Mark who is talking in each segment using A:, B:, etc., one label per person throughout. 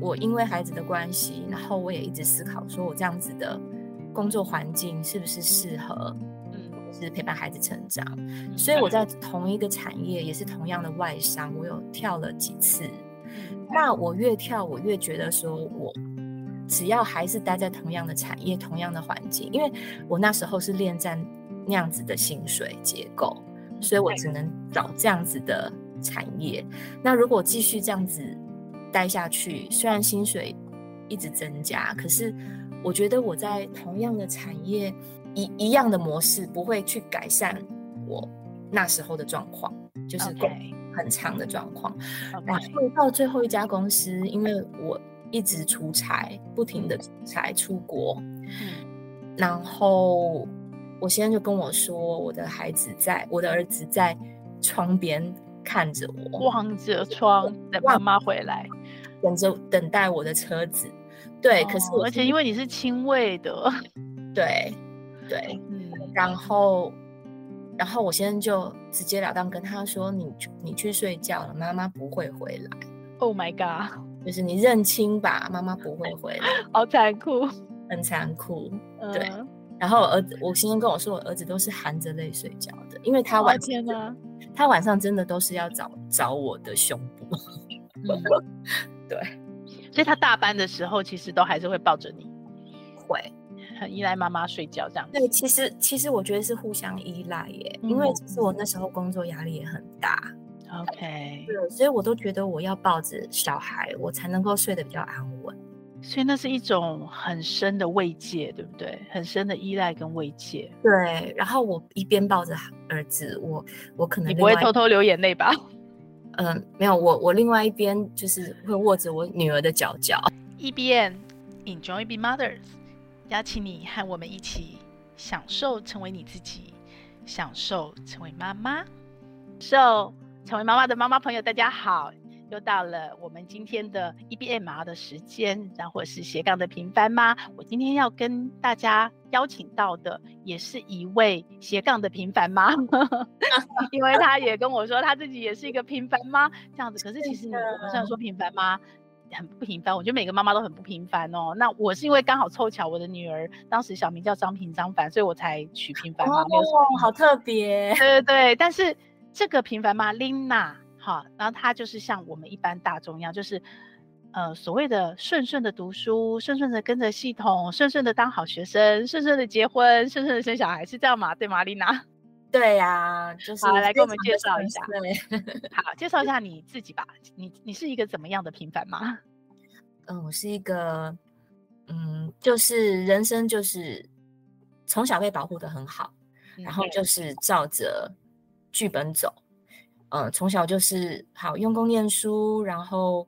A: 我因为孩子的关系，然后我也一直思考，说我这样子的工作环境是不是适合，
B: 嗯
A: 是陪伴孩子成长。
B: 嗯
A: 所以我在同一个产业，也是同样的外商，我有跳了几次。
B: 嗯
A: 那我越跳，我越觉得说我只要还是待在同样的产业、同样的环境，因为我那时候是恋战那样子的薪水结构，所以我只能找这样子的产业。那如果继续这样子待下去，虽然薪水一直增加，可是我觉得我在同样的产业一一样的模式不会去改善我那时候的状况，就是工
B: OK
A: 很长的状况。然
B: OK
A: 后到最后一家公司，因为我一直出差，不停的出差出国，
B: 嗯
A: 然后我先生就跟我说，我的孩子在，我的儿子在窗边看着我，
B: 望着窗等妈妈回来，
A: 等着等待我的车子。对，可是
B: 哦
A: 我
B: 而且
A: 是
B: 因为你是亲喂的，
A: 对对，
B: 嗯
A: 然后然后我先生就直截了当跟他说，你去你去睡觉了，妈妈不会回来，
B: ，Oh my god，
A: 就是你认清吧，妈妈不会回来，
B: 好残酷，
A: 很残酷。对
B: 嗯
A: 然后我儿子，我先生跟我说，我儿子都是含着泪睡觉的，因为他
B: 哦
A: 晚上
B: 天
A: 真
B: 哪，
A: 他晚上真的都是要找找我的胸部。
B: 嗯
A: 对，
B: 所以他大班的时候其实都还是会抱着你，
A: 会，
B: 很依赖妈妈睡觉这样子，
A: 对，其实其实我觉得是互相依赖耶，
B: 嗯
A: 因为其实我那时候工作压力也很大，
B: ，OK，
A: 对，所以我都觉得我要抱着小孩，我才能够睡得比较安稳。
B: 所以那是一种很深的慰藉，对不对？很深的依赖跟慰藉，
A: 对，然后我一边抱着儿子，我我可能
B: 你
A: 另
B: 不会
A: 外
B: 偷偷流眼泪吧？
A: 嗯、没有，我我另外一边就是会握着我女儿的脚脚，
B: EBN E Enjoy Be Mothers，邀请你和我们一起享受成为你自己，享受成为妈妈。So，成为妈妈的妈妈朋友，大家好！又到了我们今天的 E EBMR 的时间，然后是斜杠的平凡妈。我今天要跟大家邀请到的，也是一位斜杠的平凡妈，因为她也跟我说，她自己也是一个平凡妈这样子。可是其实你，我们虽然说平凡妈，很不平凡，我觉得每个妈妈都很不平凡哦。那我是因为刚好凑巧，我的女儿当时小名叫张平张凡，所以我才取平凡妈，没有什么
A: 哦，好特别，
B: 对对对，但是这个平凡妈 Lina 哈，然后她就是像我们一般大众一样，就是呃所谓的顺顺的读书，顺顺的跟着系统，顺顺的当好学生，顺顺的结婚，顺顺的生小孩，是这样吗？对吗，Lina？
A: 对呀、就是
B: 好来
A: 非
B: 给我们
A: 常
B: 介
A: 的
B: 绍
A: 顺
B: 一下
A: 遂
B: 好，介绍一下你自己吧，你你是一个怎么样的平凡妈？
A: 嗯，我是一个，嗯，就是人生就是从小被保护的很好，
B: 嗯
A: 然后就是照着剧本走，呃，从小就是好用功念书，然后，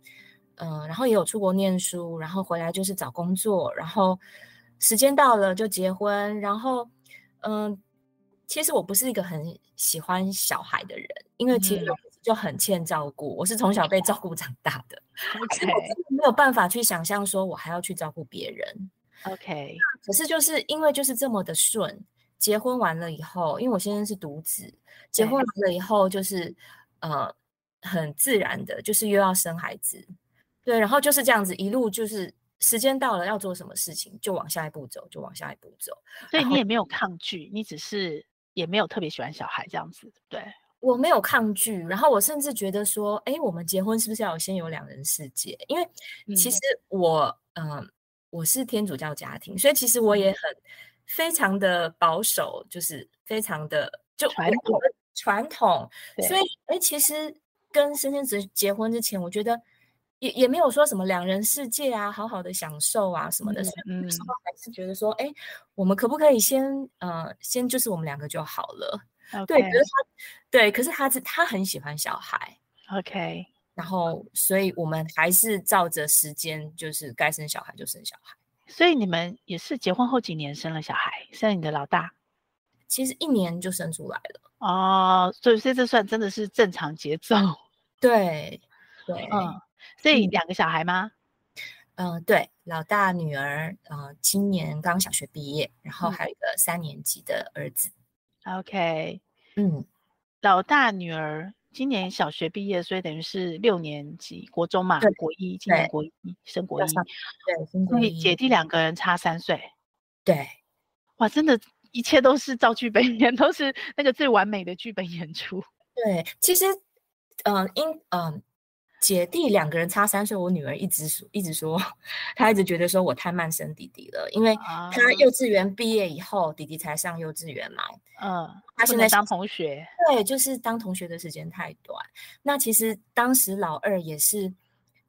A: 嗯、然后也有出国念书，然后回来就是找工作，然后时间到了就结婚，然后，嗯、其实我不是一个很喜欢小孩的人，因为其实
B: 嗯
A: 我就很欠照顾，我是从小被照顾长大的。 可是
B: OK
A: 我真的没有办法去想象说我还要去照顾别人。
B: OK，
A: 可是就是因为就是这么的顺，结婚完了以后，因为我先生是独子，结
B: 对
A: 婚完了以后就是呃很自然的，就是又要生孩子，对，然后就是这样子一路就是时间到了要做什么事情就往下一步走，就往下一步走。
B: 所
A: 然
B: 以你
A: 后
B: 也没有抗拒，你只是也没有特别喜欢小孩这样子，对不对？
A: 我没有抗拒，然后我甚至觉得说，哎，我们结婚是不是要有先有两人世界？因为其
B: 嗯
A: 实我，嗯、我是天主教家庭，所以其实我
B: 嗯
A: 也很非常的保守，就是非常的就
B: 传
A: 我我
B: 统
A: 的传统，所
B: 对
A: 以，哎，其实跟深深子结婚之前，我觉得也也没有说什么两人世界啊，好好的享受啊什么的，所以我那时
B: 嗯
A: 候还是觉得说，哎，我们可不可以先，呃，先就是我们两个就好了。
B: 嗯
A: 对，可是他，对，可是他是他很喜欢小孩，
B: OK，
A: 然后所以我们还是照着时间，就是该生小孩就生小孩。
B: 所以你们也是结婚后几年生了小孩，生了你的老大
A: 其实一年就生出来了，
B: 哦，所以所以这算真的是正常节奏，
A: 对，对，
B: 嗯，所以
A: 嗯
B: 两个小孩吗？
A: 嗯、对，老大女儿，呃，今年刚小学毕业，然后
B: 嗯
A: 还有一个三年级的儿子，
B: OK，
A: 嗯，
B: 老大女儿今年小学毕业，所以等于是六年级，国中嘛
A: 对，
B: 国一，今年
A: 对
B: 国一升国
A: 要
B: 一，
A: 上对，新
B: 所
A: 婚
B: 以
A: 姻
B: 姐弟两个人差三岁，
A: 对
B: 哇，真的，一切都是照剧本演， 都是那个最完美的剧本演出。
A: 对，其实，嗯，因嗯，姐弟两个人差三岁，我女儿一直说，一直说， 她一直觉得说我太慢生弟弟了，因为
B: 啊
A: 她幼稚园毕业以后，弟弟才上幼稚园嘛，
B: 嗯，
A: 她
B: 不
A: 现在
B: 能当
A: 是
B: 同学，
A: 对，就是当同学的时间太短。那其实当时老二也是，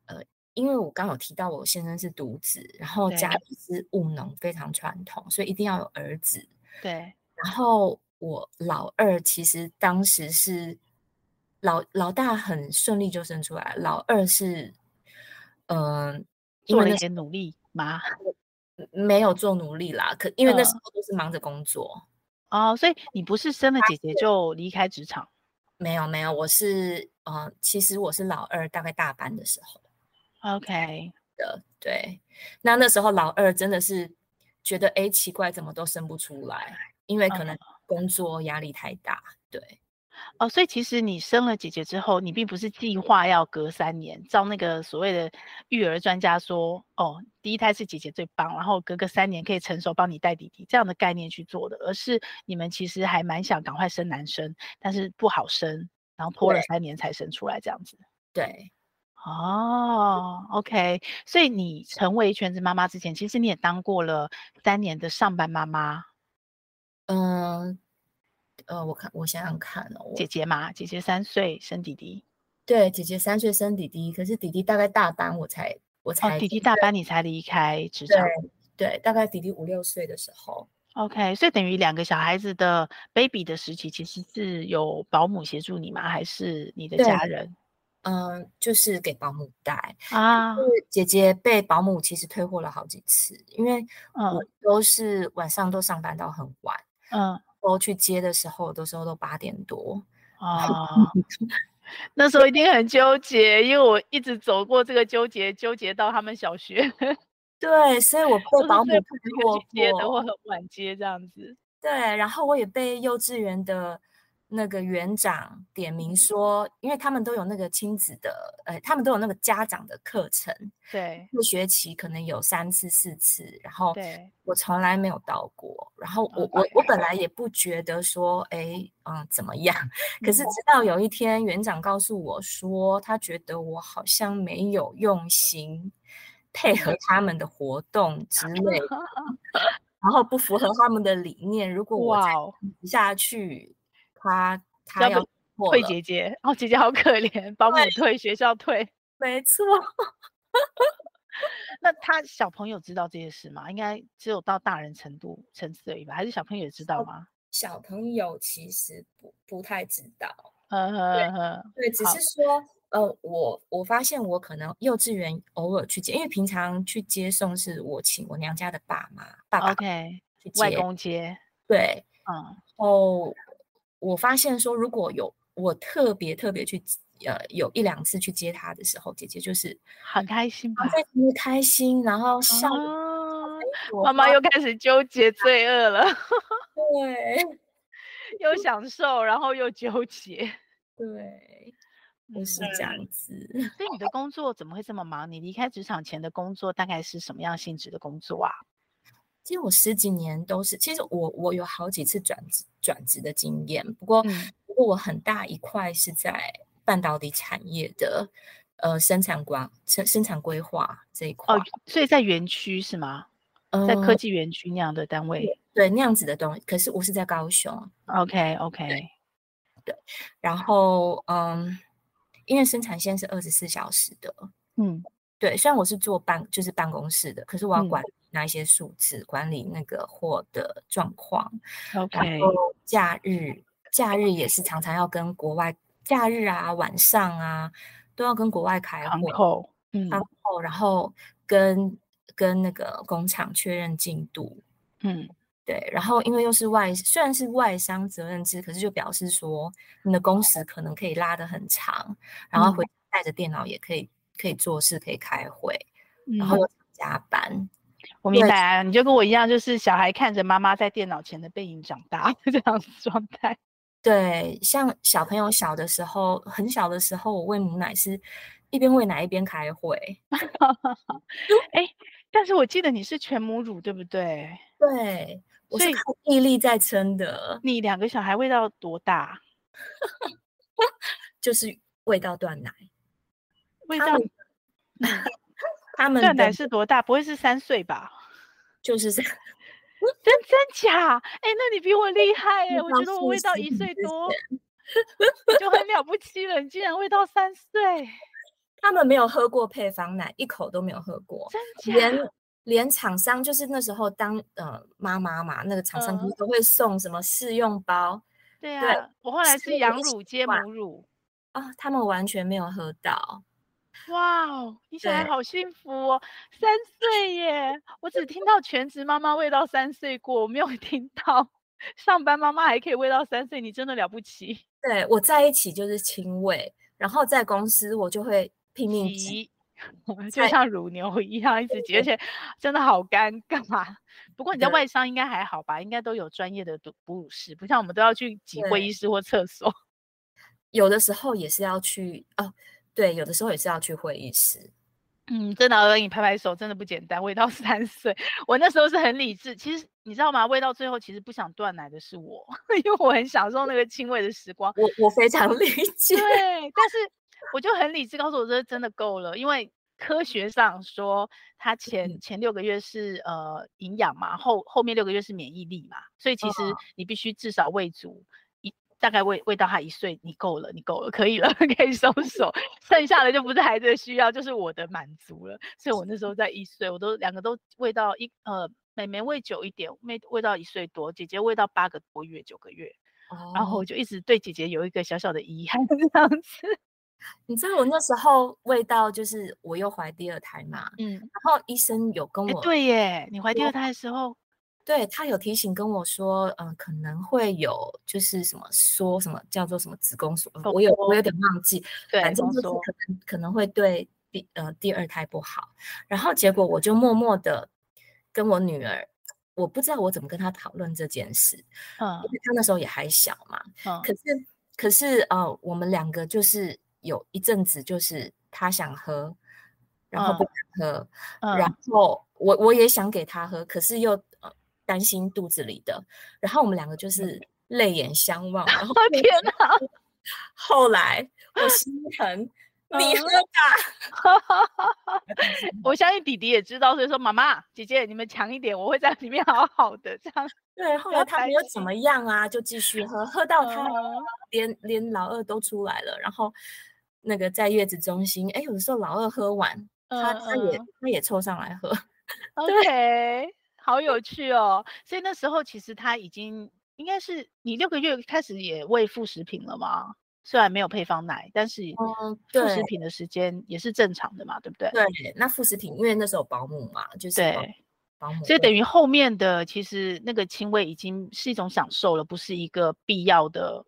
A: 呃，因为我刚有提到我先生是独子，然后
B: 对
A: 家里是务农，非常传统，所以一定要有儿子。
B: 对，
A: 然后我老二其实当时是老老大很顺利就生出来，老二是嗯、呃因为
B: 做了一
A: 那时
B: 点努力嘛。
A: 候没有做努力啦，可因为那时
B: 嗯
A: 候都是忙着工作，
B: 哦，所以你不是生了姐姐就离开职场
A: 没有没有，我是呃，其实我是老二，大概大班的时候
B: ？OK，
A: 的，对，那那时候老二真的是觉得哎奇怪，怎么都生不出来，因为可
B: 嗯
A: 能工作压力太大，对。
B: 哦，所以其实你生了姐姐之后，你并不是计划要隔三年，照那个所谓的育儿专家说，哦，第一胎是姐姐最棒，然后隔个三年可以成熟帮你带弟弟这样的概念去做的，而是你们其实还蛮想赶快生男生，但是不好生，然后拖了
A: 对
B: 三年才生出来这样子。
A: 对，
B: 哦，OK，所以你成为全职妈妈之前，其实你也当过了三年的上班妈妈，
A: 嗯、呃，我看我想想看哦，我
B: 姐姐嘛，姐姐三岁生弟弟，
A: 对，姐姐三岁生弟弟，可是弟弟大概大班，我才我
B: 哦，
A: 才
B: 弟弟大班你才离开职
A: 对
B: 场。
A: 对，大概弟弟五六岁的时候，
B: OK，所以等于两个小孩子的 baby 的时期，其实是有保姆协助你吗？还是你的
A: 对
B: 家人
A: 嗯、就是给保姆带。
B: 啊？
A: 就是姐姐被保姆其实退货了好几次，因为我
B: 嗯
A: 都是晚上都上班到很晚，
B: 嗯
A: 我去接的时候，有的时候都八点多。
B: 啊，那时候一定很纠结，因为我一直走过这个纠结，纠结到他们小学
A: 对，所以我
B: 都
A: 被
B: 是
A: 保姆
B: 最
A: 退
B: 不能
A: 货
B: 去接的，
A: 过。
B: 或很晚接这样子。
A: 对，然后我也被幼稚园的那个园长点
B: 嗯
A: 名说，因为他们都有那个亲子的，呃，他们都有那个家长的课程，
B: 对
A: 一个学期可能有三次四次，然后
B: 对，哦
A: 我从来没有到过，然后我我我本来也不觉得说，哎，嗯，怎么样？可是
B: 嗯
A: 直到有一天，园长告诉我说，他觉得我好像没有用心配合他们的活动之类 的然后不符合他们的理念。如果我再
B: 哇哦，
A: 继续下去，他他
B: 要
A: 要
B: 不
A: 破
B: 退
A: 了，
B: 姐姐，哦，姐姐好可怜，保姆退，学校退。
A: 没错。
B: 那他小朋友知道这些事吗？应该只有到大人程度层次而已吧？还是小朋友也知道吗？
A: 小朋友其实不不太知道，
B: 呃呵呵，
A: 对，只
B: 好
A: 是说，呃，我我发现我可能幼稚园偶尔去接，因为平常去接送是我请我娘家的爸妈爸爸
B: OK，
A: 去接
B: 哦外公接，
A: 对，
B: 嗯，
A: 哦，我发现说，如果有我特别特别去呃有一两次去接他的时候，姐姐就是
B: 很开心吧
A: 啊？非常的开心，然后笑得
B: 啊，
A: 哎我
B: 妈妈
A: 花
B: 又开始纠结罪恶了，
A: 对
B: 又享受，然后又 纠结。
A: 对，就是
B: 嗯
A: 这样子。
B: 所以你的工作怎么会这么忙？你离开职场前的工作大概是什么样性质的工作啊？
A: 其实我十几年都是，其实我我有好几次转职转职的经验，不过
B: 嗯
A: 不过我很大一块是在半导体产业的呃生产管生生产规划这一块呃
B: 哦，，所以在园区是吗？在科技园区那样的单位
A: 嗯对那样子的东西。可是我是在高雄，
B: ？OK OK，
A: 然后嗯，因为生产线是二十四小时的，
B: 嗯
A: 对，虽然我是做办就是办公室的，可是我要
B: 嗯
A: 管理那一些数字，管理那个货的状况，然
B: ，OK，
A: 后假日，假日也是常常要跟国外，假日啊、晚上啊，都要跟国外开
B: 港
A: 会，
B: 口，嗯
A: 然后然后跟跟那个工厂确认进度，
B: 嗯，
A: 对，然后因为又是外，虽然是外商责任制，可是就表示说你的工时可能可以拉得很长，然后回家带着电脑也可以可以做事，可以开会，然后
B: 嗯
A: 又加班，
B: 我明
A: 对
B: 白啊，你 就跟我一样，就是小孩看着妈妈在电脑前的背影长大这样子状态。
A: 对，像小朋友小的时候，很小的时候，我喂母奶是一边喂奶一边开会。
B: 哎、但是我记得你是全母乳，对不对？
A: 对，我
B: 所
A: 是
B: 以
A: 靠毅力在撑的，
B: 你两个小孩喂到多大？
A: 就是喂到断奶。
B: 喂
A: 他
B: 到
A: 们他们
B: 断奶
A: 的
B: 是多大？不会是三 岁吧？
A: 就是在
B: 真真假？哎、那你比我厉害哎、
A: 遇
B: 我
A: 到
B: 觉得我
A: 四
B: 喂到
A: 十
B: 一
A: 五
B: 岁
A: 之
B: 多，你就很了不起了，你竟然喂到三岁，
A: 他们没有喝过配方奶，一口都没有喝过。
B: 真假？
A: 连连厂商就是那时候当呃妈妈嘛，那个厂商不
B: 嗯
A: 是都会送什么试用包
B: 对
A: 对
B: 啊，我后来
A: 是
B: 是
A: 我
B: 羊
A: 一起
B: 乳接
A: 灌
B: 母乳，
A: 啊、他们完全没有喝到。
B: 哇哦，你小孩
A: 对
B: 好幸福哦，三岁耶！我只听到全职妈妈喂到三岁过，我没有听到 上班妈妈还可以喂到三岁，你真的了不起。
A: 对我在一起就是亲喂，然后在公司我就会拼命挤。
B: 急，就
A: 在
B: 像乳牛一样一直挤，而且真的好尴尬。不过你在
A: 对
B: 外商应该还好吧？应该都有专业的哺哺乳师，不像我们都要去挤会议室或厕所。
A: 有的时候也是要去哦，对，有的时候也是要去会议室。
B: 嗯，真的，我给你拍拍手，真的不简单。喂到三岁，我那时候是很理智。其实你知道吗？喂到最后，其实不想断奶的是我， 因为我很享受那个亲喂的时光。
A: 我我非常 理解
B: 对，，但是我就很理智告诉我这真的够了，因为科学上说它前前六个月是呃营养嘛，后后面六个月是免疫力嘛，所以其实你必须至少喂足一大概喂喂到他一岁，你够了，你够了，可以了， 可以收手，剩下的就不是孩子的需要，就是我的满足了。所以我那时候在一岁，我都两个都喂到一呃。妹妹喂久一点，妹喂到一岁多，姐姐喂到八个多月、九个月，然后
A: 哦
B: 我就一直对姐姐有一个小小的遗憾， 这样子。
A: 你知道我那时候味道就是我又怀第二胎嘛，
B: 嗯，
A: 然后医生有跟
B: 哎，
A: 我
B: 对耶，你怀第
A: 我
B: 二胎的时候，
A: 对他有提醒跟我说，嗯、可能会有就是什么说什么叫做什么子宫缩，
B: 收
A: 我有
B: 缩
A: 我有点忘记，
B: 对，
A: 反正
B: 宫
A: 就是
B: 缩
A: 可能可能会对第呃第二胎不好。然后结果我就默默的跟我女儿，我不知道我怎么跟她讨论这件事，因
B: 嗯
A: 为她那时候也还小嘛。
B: 嗯
A: 可是可是呃，我们两个就是有一阵子就是她想喝，然后不
B: 嗯
A: 敢喝，然
B: 嗯，
A: 后我我也想给他喝，可是又呃担心肚子里的，然后我们两个
B: 嗯
A: 就是泪眼相望，然后
B: 天哪，
A: 后来我心 疼你
B: 嗯
A: 喝吧，
B: 我相信弟弟也知道，所以说妈妈、姐姐你们强一点，我会在里面好好的这样。
A: 对，后
B: 要
A: 来他
B: 担
A: 没有怎
B: 心
A: 么样啊，就继续喝，喝到他
B: 嗯
A: 连连老二都出来了，然后那个在月子中心，哎，有的时候老二喝完，他他也
B: 嗯嗯
A: 他也凑上来喝，
B: OK，好有趣哦。所以那时候其实他已经应该是你六个月开始也喂副食品了吗？虽然没有配方奶，但是
A: 嗯，
B: 副食
A: 对
B: 品的时间也是正常的嘛，对不对？
A: 对，那副食品因为那时候有保姆嘛，就是保
B: 对，
A: 保姆
B: 所以
A: 喂
B: 等于后面的其实那个亲喂已经是一种享受了，不是一个必要的，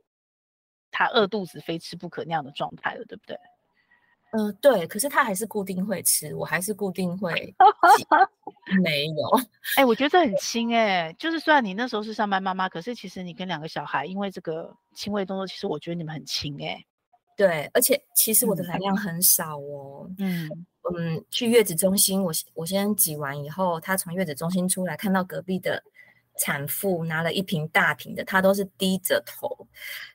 B: 他饿肚子非吃不可那样的状态了，对不对？
A: 嗯、呃对，可是他还是固定会吃，我还是固定会 挤，没有，
B: 哎、我觉得这很轻哎、就是虽然你那时候是上班妈妈，可是其实你跟两个小孩因为这个亲喂动作，其实我觉得你们很轻哎、
A: 对，而且其实我的
B: 嗯
A: 奶量很少哦，
B: 嗯，
A: 嗯，去月子中心，我先我先挤完以后，他从月子中心出来，看到隔壁的产妇拿了一瓶大瓶的，他都是低着头，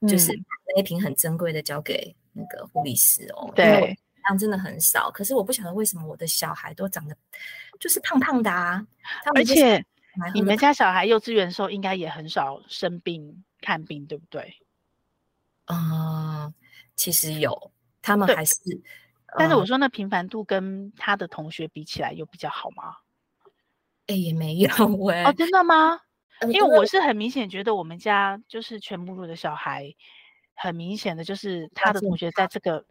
A: 就是
B: 嗯
A: 把那一瓶很珍贵的交给那个护理师哦，因为我
B: 对，
A: 量真的很少，可是我不晓得为什么我的小孩都长得就是胖胖的啊，他们
B: 而
A: 就是
B: 且
A: 来
B: 你
A: 喝
B: 们家小孩幼稚园的时候应该也很少生病看病，对不对？
A: 嗯，其实有，他们
B: 对
A: 还是，
B: 但是我
A: 呃，
B: 说那频繁度跟他的同学比起来又比较好吗？
A: 哎、也没有喂、
B: 哦，真的吗？
A: 呃
B: 因为我是很明显觉得我们家就是全母乳的小孩，很明显的就是他的
A: 健
B: 同学在这个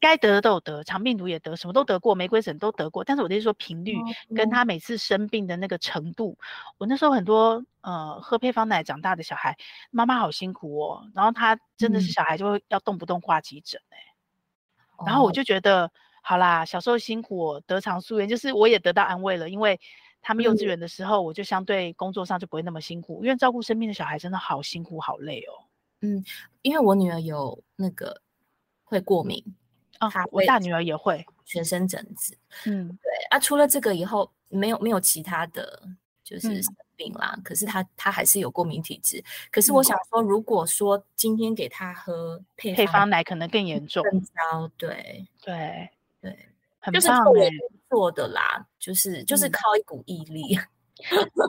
B: 该得的都有得，肠病毒也得，什么都得过，玫瑰疹都得过。但是我的意思说频率跟
A: 哦
B: 他每次生病的那个程度，我那时候很多呃喝配方奶长大的小孩，妈妈好辛苦哦。然后他真的是
A: 嗯
B: 小孩就会要动不动挂急诊哎、然后我
A: 哦
B: 就觉得好啦，小时候辛苦我得偿夙愿，就是我也得到安慰了，因为他们幼稚
A: 嗯
B: 园的时候，我就相对工作上就不会那么辛苦，因为照顾生病的小孩真的好辛苦好累哦。
A: 因为我女儿有那个会过敏，
B: 哦
A: 他，
B: 我
A: 会
B: 大女儿也会，
A: 全身疹子。
B: 嗯
A: 对啊，除了这个以后没有没有其他的就是
B: 嗯
A: 生病啦。可是她她还是有过敏体质。可是我
B: 嗯
A: 想说，如果说今天给她喝配
B: 配方
A: 方
B: 奶可能更严重，
A: 更糟，对
B: 对，
A: 对，
B: 很
A: 就是
B: 棒
A: 做我
B: 哎、
A: 能做的啦，就是就是
B: 嗯
A: 靠一股毅力。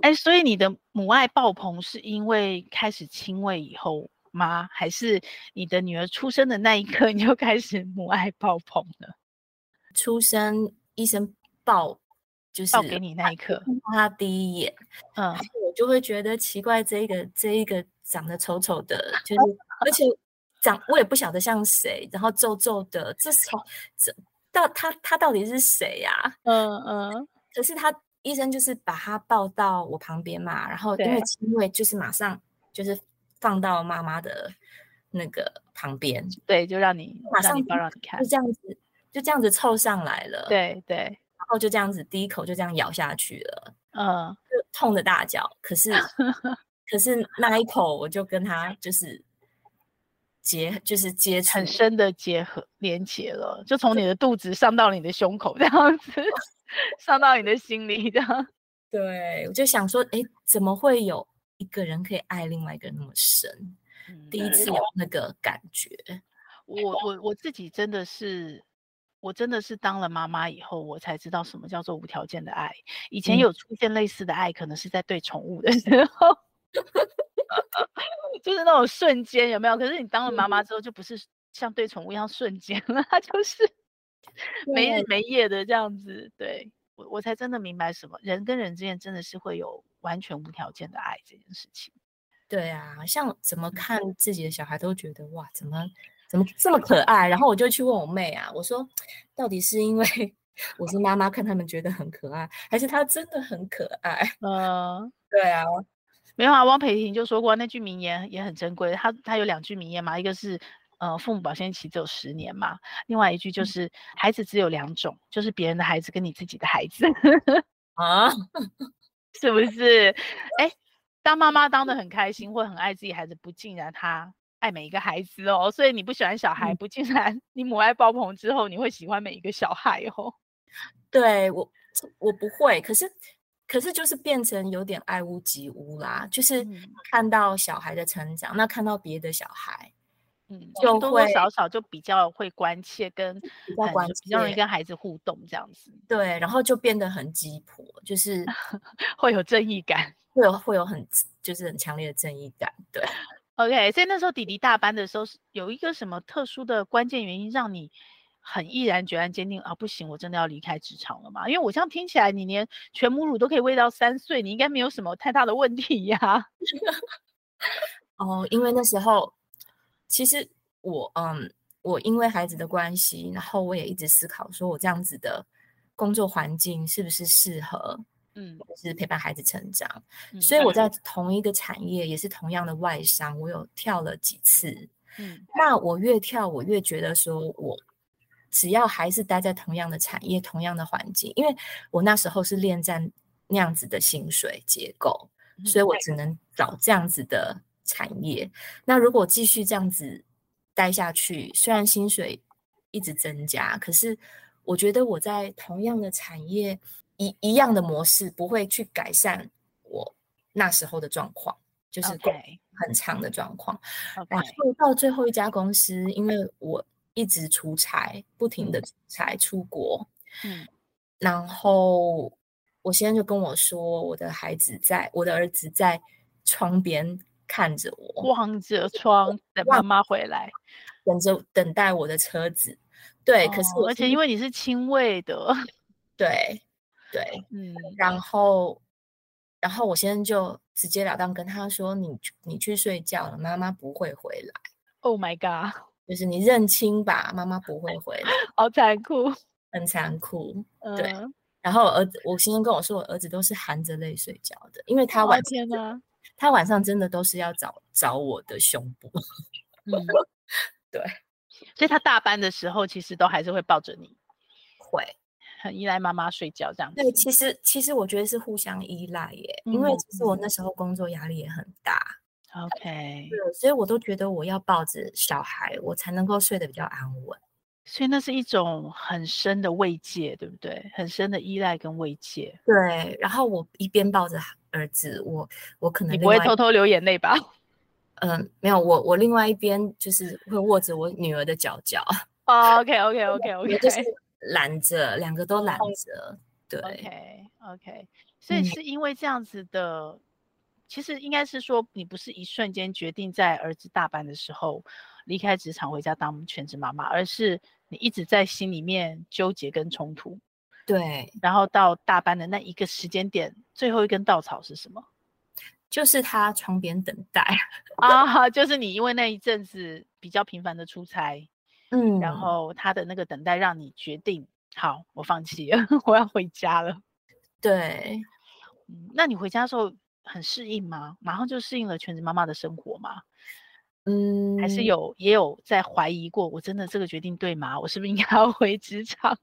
B: 哎、所以你的母爱爆棚是因为开始亲喂以后吗？还是你的女儿出生的那一刻你就开始母爱爆棚了？
A: 出生医生报就是
B: 抱给你那一刻，
A: 看到她第一眼，
B: 嗯
A: 然，后我就会觉得奇怪，这一个这一个长得丑丑的，就是而且长我也不晓得像谁，然后皱皱的，这从这到他他到底是谁呀、
B: 嗯
A: 呃
B: 嗯，
A: 可是他医生就是把他抱到我旁边嘛，然后因为
B: 对
A: 亲喂就是马上就是放到妈妈的那个旁边，就
B: 对，就让你
A: 马
B: 让你
A: 上
B: 抱，让你看，
A: 这样子就这样子凑上来了，，
B: 对对，
A: 然后就这样子第一口就这样咬下去了。
B: 嗯，
A: 就痛的大叫，可 是可是那一口我就跟他就是接就是接触
B: 很，深的结合连结了，就从你的肚子上到你的胸口这样子， 上到你的心里 这样，
A: 对我就想说，哎，怎么会有一个人可以爱另外一个人那么深？第一次有那个感觉，
B: 嗯我我我自己真的是，我真的是当了妈妈以后，我才知道什么叫做无条件的爱。以前
A: 嗯
B: 有出现类似的爱，可能是在对宠物的时 候，就是那种瞬间有没有？可是你当了妈
A: 嗯
B: 妈之后，就不是像对宠物一样瞬间了，它就是没日没夜的这样子。对我我才真的明白什么人跟人之间真的是会有完全无条件的爱这件事情。
A: 对啊，像怎
B: 嗯
A: 么看自己的小孩都觉得哇，怎么怎么这么可爱？然后我就去问我妹啊，我说到底是因为 我是妈妈看他们觉得很可爱，还是他真的很可爱？
B: 嗯、
A: 对啊，
B: 没有啊，汪培婷就说过那句名言也很珍贵。他他有两句名言嘛，一个是呃父母保鲜期只有十年嘛，另外一句就是孩子只有两种，就是别人的孩子跟你自己的孩子，
A: 啊，
B: 是不是？哎，当妈妈当的很开心或很爱自己孩子，不尽然他爱每一个孩子哦。所以你不喜欢小孩，
A: 嗯
B: 不尽然你母爱爆棚之后，你会喜欢每一个小孩哦。
A: 对我，我不会。可是，可是就是变成有点爱屋及乌啦，就是
B: 嗯
A: 看到小孩的成长，那看到别的小孩
B: 嗯，
A: 就
B: 多多
A: 会
B: 少少就比较会关切跟
A: 比较
B: 很
A: 关
B: 比较容易
A: 切
B: 跟孩子互动这样子，
A: 对，然后就变得很鸡婆，就是
B: 会有正义感。
A: 会有会有很就是很强烈的正义感。对，
B: OK，所以那时候弟弟大班的时候，是有一个什么特殊的关键原因让你很毅然决然坚定啊，不行，我真的要离开职场了嘛？因为我这样听起来，你连全母乳都可以喂到三岁，你应该没有什么太大的问题呀、
A: 哦，因为那时候其实我嗯，我因为孩子的关系，然后我也一直思考，说我这样子的工作环境是不是适合，
B: 嗯，
A: 就是陪伴孩子成长。
B: 嗯
A: 所以我在同一个产业，也是同样的外商，我有跳了几次。
B: 嗯
A: 那我越跳，我越觉得说我只要还是待在同样的产业、同样的环境，因为我那时候是恋战那样子的薪水结构，
B: 嗯
A: 所以我只能找这样子的产业。那如果继续这样子待下去，虽然薪水一直增加，可是我觉得我在同样的产业一一样的模式，不会去改善我那时候的状况，就是工
B: OK
A: 很长的状况。然
B: OK，
A: 后到最后一家公司，因为我一直出差，不停的出差出国，
B: 嗯
A: 然后我先生就跟我说，我的孩子在，我的儿子在窗边看着我，
B: 望着窗等妈妈回来。
A: 等着等待我的车子。对，可是
B: 哦
A: 我
B: 而
A: 是
B: 且因为你是亲喂的，
A: 对对，
B: 嗯
A: 然后然后我先生就直截了当跟他说，你去你去睡觉了，妈妈不会回来，
B: ，Oh my god，
A: 就是你认清吧，妈妈不会回来，
B: 好残酷，
A: 很残酷。
B: 嗯、
A: 对然后我儿子，我先生跟我说，我儿子都是含着泪睡觉的，因为他
B: 哦
A: 晚
B: 天哪，
A: 他晚上真的都是要找找我的胸部。
B: 嗯
A: 对，
B: 所以他大班的时候其实都还是会抱着你。
A: 会，
B: 很依赖妈妈睡觉这样子。
A: 对，其实其实我觉得是互相依赖耶，因为其实我
B: 嗯
A: 那时候工作压力也很大，
B: OK，
A: 对，所以我都觉得我要抱着小孩，我才能够睡得比较安稳。
B: 所以那是一种很深的慰藉，对不对？很深的依赖跟慰藉。
A: 对，然后我一边抱着儿子，我我可能
B: 你
A: 另
B: 不会
A: 外
B: 偷偷流眼泪 吧？
A: 嗯、没有我我另外一边就是会握着我女儿的脚 脚，
B: 哦，OK，OK，OK，OK、o
A: 我
B: k
A: 就
B: OK
A: 是
B: OK
A: 拦着，两个都拦着。对
B: OK OK OK，所以
A: 嗯
B: 是因为这样子的，其实应该是说你不是一瞬间决定在儿子大班的时候离开职场回家当全职妈妈，而是你一直在心里面纠结跟冲突，
A: 对，
B: 然后到大班的那一个时间点，最后一根稻草是什么？
A: 就是他窗边等待，
B: 啊，就是你因为那一阵子比较频繁的出差，
A: 嗯，
B: 然后他的那个等待让你决定，好，我放弃了， 我要回家了。
A: 对，
B: 嗯，那你回家的时候很适应吗？马上就适应了全职妈妈的生活吗？
A: 嗯，
B: 还是有也有在怀疑过，我真的这个决定对吗？我是不是应该要回职场？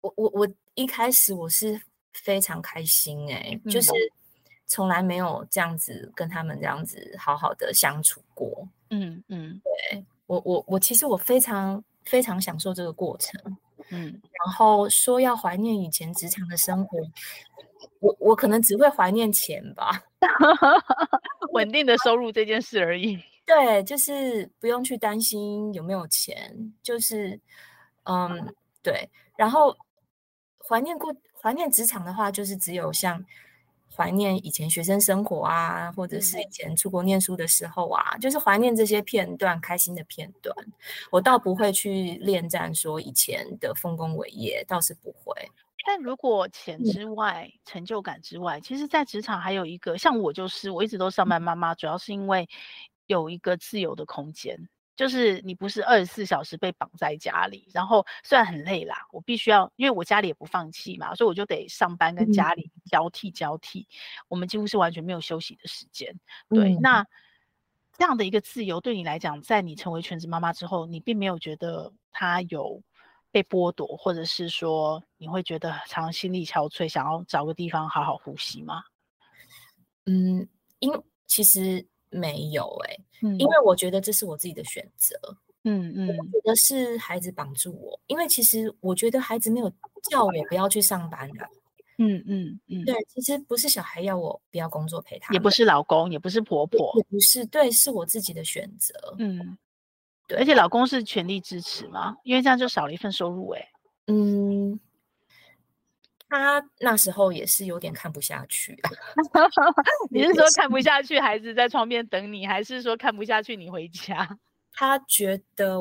A: 我我我一开始我是非常开心哎、就
B: 嗯
A: 是从来没有这样子跟他们这样子好好的相处过。
B: 嗯嗯
A: 我我我其实我非常非常享受这个过程，
B: 嗯
A: 然后说要怀念以前职场的生活，我我可能只会怀念钱吧。
B: 稳定的收入这件事而已。
A: 对，就是不用去担心有没有钱，就是嗯，对。然后怀念过怀念职场的话，就是只有像怀念以前学生生活啊，或者是以前出国念书的时候啊，就是怀念这些片段，开心的片段。我倒不会去恋战说以前的丰功伟业，倒是不会。
B: 但如果钱
A: 嗯
B: 之外、成就感之外，其实，在职场还有一个，像我就是，我一直都
A: 嗯
B: 上班妈妈，主要是因为有一个自由的空间，就是你不是二十四小时被绑在家里，然后虽然很累啦，我必须要，因为我家里也不放弃嘛，所以我就得上班跟
A: 嗯
B: 家里交替交替，我们几乎是完全没有休息的时间。对，
A: 嗯
B: 那这样的一个自由对你来讲，在你成为全职妈妈之后，你并没有觉得她有被剥夺，或者是说你会觉得常常心力憔悴，想要找个地方好好呼吸吗？
A: 嗯，因其实没有诶、
B: 嗯
A: 因为我觉得这是我自己的选择。
B: 嗯嗯
A: 我觉得是孩子绑住我，因为其实我觉得孩子没有叫我不要去上班的、
B: 嗯嗯嗯，
A: 对，其实不是小孩要我不要工作陪他，
B: 也不，是老公，也不是婆婆，
A: 也不是，对，是我自己的选择。
B: 嗯，
A: 对
B: 而且老公是全力支持嘛，因为这样就少了一份收入、欸，
A: 嗯，他那时候也是有点看不下去、啊，
B: 你
A: 也
B: 是
A: 也
B: 说
A: 是
B: 看不下去，孩子在窗边等你，还是说看不下去你回家？
A: 他觉得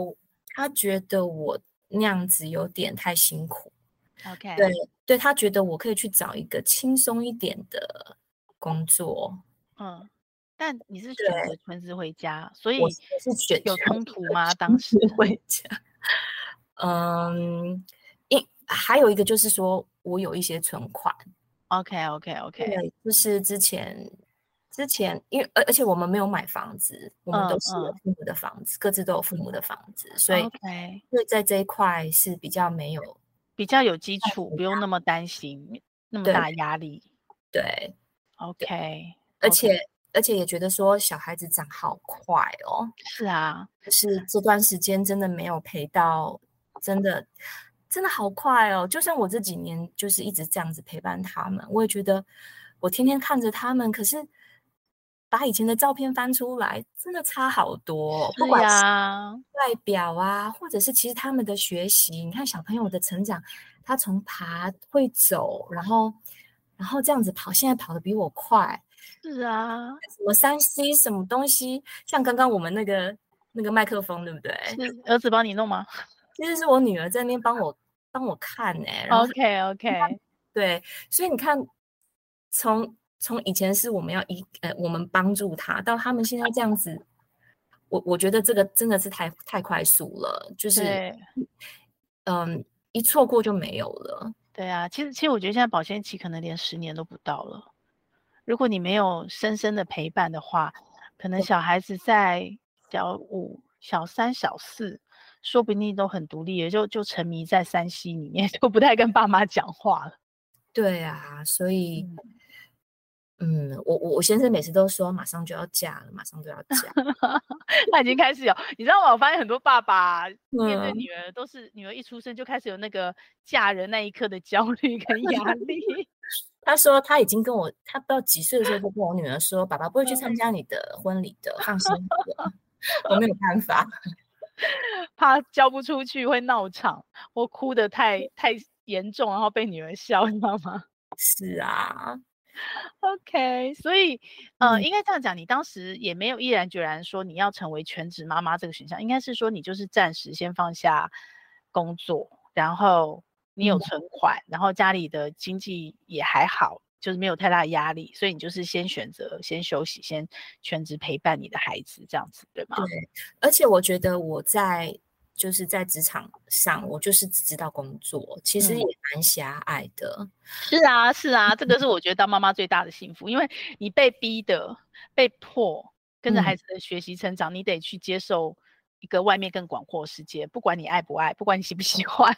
A: 他觉得我那样子有点太辛苦，
B: OK，
A: 对，对他觉得我可以去找一个轻松一点的工作，
B: 嗯，但你是选择全职回家，所以
A: 我是我是选
B: 有
A: 择
B: 冲突吗？当时
A: 是会讲。嗯，一还有一个就是说我有一些存款，
B: OK OK OK，
A: 对，就是之前之前，因为而而且我们没有买房子，我们
B: 嗯
A: 都是有
B: 嗯哦
A: 父母的房子，各自都有父母的房子，所以
B: OK，
A: 所以在这一块是比较没有
B: 比较有基
A: 在
B: 础，
A: 回
B: 不用那么担心那么
A: 对
B: 大压力。
A: 对，
B: OK，
A: 而
B: OK
A: 且而且也觉得说小孩子长好快哦，
B: 是啊，
A: 就是这段时间真的没有陪到，真的真的好快哦！就算我这几年就是一直这样子陪伴他们，我也觉得我天天看着他们，可是把以前的照片翻出来，真的差好多哦、不
B: 是
A: 管是
B: 呀，
A: 外表啊，或者是其实他们的学习，你看小朋友的成长，他从爬会走，然后然后这样子跑，现在跑得比我快，
B: 是啊，
A: 什么三 C 什么东西，像刚刚我们那个那个麦克风，对不对？
B: 是儿子帮你弄吗
A: 其实是我女儿在那边帮我帮我看呢、然后
B: ？OK OK，
A: 对，所以你看，从从以前是我们要一呃我们帮助她，到他们现在这样子，我我觉得这个真的是太太快速了， 就是
B: 对
A: 嗯一错过就没有了，
B: 对啊，其实其实我觉得现在保鲜期可能连十年都不到了。如果你没有深深的陪伴的话，可能小孩子在小五、小三、小四，说不定都很独立，也就就沉迷在山西 里面，就不太跟爸妈讲话了。
A: 对啊，所以
B: 嗯
A: 嗯，我我我先生每次都说马上就要嫁了，马上就要 嫁。
B: 他已经开始有，你知道吗？我发现很多爸爸面对
A: 嗯，
B: 女儿都是女儿一出生就开始有那个嫁人那一刻的焦虑跟压力。
A: 他说他已经跟我，他不知道几岁的时候就跟我女儿说，爸爸不会去参
B: 嗯，
A: 加你的婚礼的，放心好了。我没有办法，
B: 怕交不出去会闹场，或哭得太
A: 嗯
B: 太严重，然后被女儿笑，你知道吗
A: 是啊，
B: ？OK，所以呃，
A: 嗯，
B: 应该这样讲，你当时也没有毅然决然说你要成为全职妈妈这个选项，应该是说你就是暂时先放下工作，然后你有
A: 嗯，
B: 存款，然后家里的经济也还好。就是没有太大的压力，所以你就是先选择先休息，先全职陪伴你的孩子，这样子对吗？
A: 对，而且我觉得我在就是在职场上，我就是只知道工作，其实也
B: 嗯，
A: 蛮狭隘的。
B: 是啊，是啊，这个是我觉得当妈妈最大的幸福，因为你被逼的、被迫跟着孩
A: 嗯，
B: 子的学习成长，你得去接受一个外面更广阔的世界，不管你爱不爱，不管你喜不喜欢。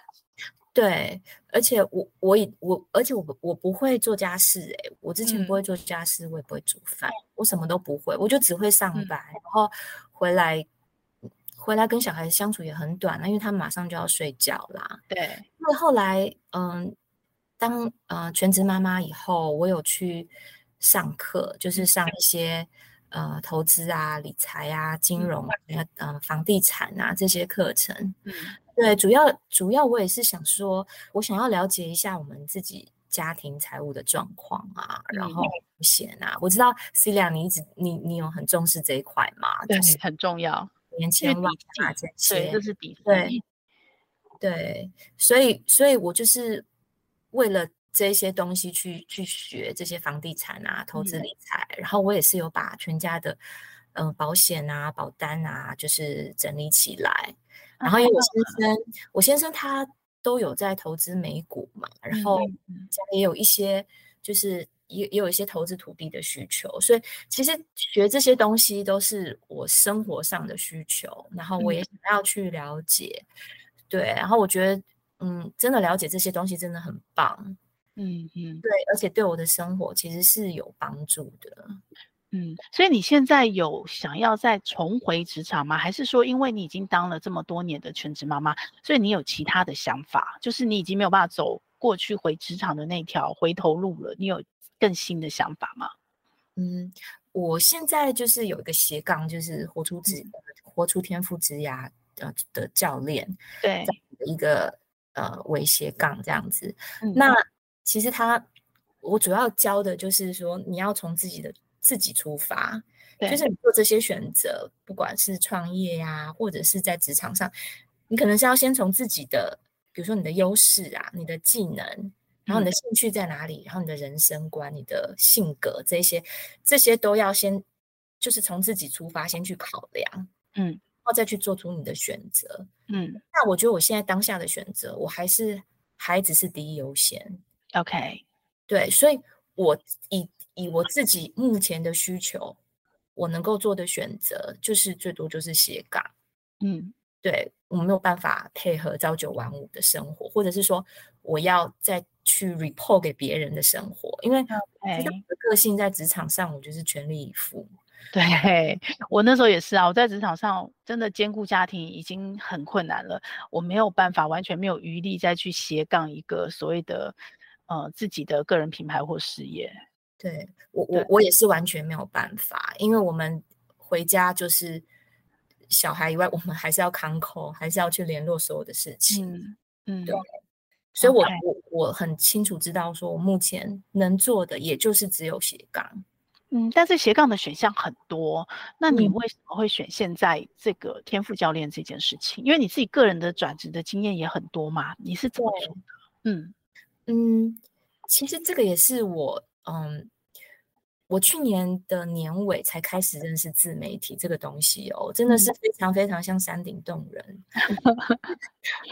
A: 对，而且我我也我，而且我不我不会做家事诶、我之前不
B: 嗯
A: 会做家事，我也不会煮饭，我什么都不会，我就只会上
B: 嗯
A: 班，然后回来回来跟小孩相处也很短了，因为他们马上就要睡觉啦。
B: 对，
A: 那后来，嗯，当呃全职妈妈以后，我有去上课，就是
B: 嗯
A: 上一些呃投资啊、理财啊、金
B: 嗯
A: 融啊、呃房地产啊这些课程。
B: 嗯
A: 对，主要主要我也是想说，我想要了解一下我们自己家庭财务的状况啊，然
B: 嗯，
A: 后风险啊。我知道 Celia，你一直你你有很重视这一块嘛，
B: 对，
A: 就是
B: 很重要，
A: 年
B: 因为
A: 前望
B: 笔
A: 啊
B: 记，
A: 这
B: 对，这
A: 些，
B: 是笔
A: 对。
B: 记，
A: 对，所以，所以我就是为了这些东西去去学这些房地产啊、投资
B: 嗯
A: 理财，然后我也是有把全家的嗯、呃保险啊、保单啊，就是整理起来。
B: 啊，
A: 然后因
B: 太
A: 为我
B: 棒
A: 先生，我先生他都有在投资美股嘛，然
B: 嗯
A: 后
B: 嗯嗯，
A: 家里也有一些就是也也有一些投资土地的需求，所以其实学这些东西都是我生活上的需求，然后我
B: 嗯
A: 也想要去了解。对，然后我觉得，嗯，真的了解这些东西真的很棒，
B: 嗯嗯
A: 对，而且对我的生活其实是有帮助的。
B: 嗯，所以你现在有想要再重回职场吗？还是说，因为你已经当了这么多年的全职妈妈，所以你有其他的想法？就是你已经没有办法走过去回职场的那条回头路了，你有更新的想法吗？
A: 嗯，我现在就是有一个斜杠，就是活出自
B: 嗯，
A: 呃活出天赋之牙呃的教练，这
B: 对，
A: 样的一个呃微斜杠这样子。
B: 嗯
A: 那其实他我主要教的就是说，你要从自己的自己出发，就
B: 对，
A: 是你做这些选择，不管是创业呀、或者是在职场上，你可能是要先从自己的，比如说你的优势啊，你的技能。然后你
B: 嗯
A: 的兴趣在哪里，然后你的人生观、你的性格这些，这些都要先就是从自己出发，先去考量，然
B: 嗯
A: 后再去做出你的选择。
B: 嗯
A: 那我觉得我现在当下的选择，我还是孩子是第一优先，
B: ，OK，
A: 对，所以我以以我自己目前的需求，我能够做的选择就是最多就是斜杠。
B: 嗯
A: 对，我没有办法配合朝九晚五的生活，或者是说我要再去 report 给别人的生活，因为我知道
B: ，OK。
A: 我的个性在职场上，我就是全力以赴。
B: 哎 对，我那时候也是啊，我在职场上真的兼顾家庭已经很困难了，我没有办法，完全没有余力再去斜杠一个所谓的呃自己的个人品牌或事业。
A: 对，我我
B: 对，
A: 我也是完全没有办法，因为我们回家就是小孩以外，我们还是要看口，还是要去联络所有的事情。
B: 嗯
A: 对，
B: 嗯
A: 所以我
B: ，OK，
A: 我我很清楚知道，说我目前能做的也就是只有斜杠。
B: 嗯，但是斜杠的选项很多，那你
A: 嗯。
B: 为什么会选现在这个天赋教练这件事情？因为你自己个人的转职的经验也很多嘛，你是怎么做
A: 对，
B: 的？嗯
A: 嗯，其实这个也是我，嗯，我去年的年尾才开始认识自媒体这个东西哦，真的
B: 嗯，
A: 是非常非常像山顶洞 人。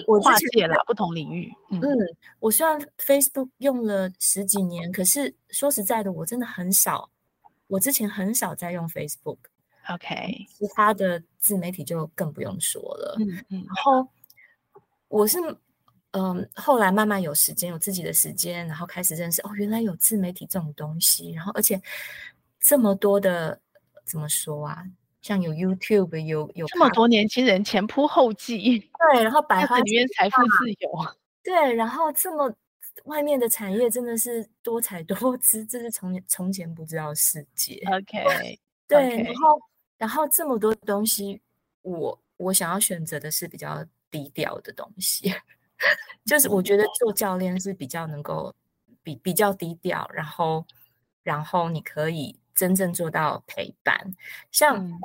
A: 我之
B: 跨
A: 前
B: 界啦，不同领域，嗯
A: 嗯，我虽然 Facebook 用了十几年，可是说实在的，我真的很少，我之前很少在用 Facebook，
B: ，OK，
A: 其他的自媒体就更不用说了。
B: 嗯嗯
A: 然后我是。嗯，后来慢慢有时间，有自己的时间，然后开始认识哦，原来有自媒体这种东西。然后，而且这么多的怎么说啊？像有 YouTube，有有
B: 这么多年轻人前仆后继，
A: 对，然后百花
B: 里面财富自 由，
A: 对，然后这么外面的产业真的是多彩多姿，这是从从前不知道的世界。
B: OK，
A: 对，然后然后这么多东西，我我想要选择的是比较低调的东西， 就是我觉得做教练是比较能够比比较低调，然后然后你可以真正做到陪伴。像、
B: 嗯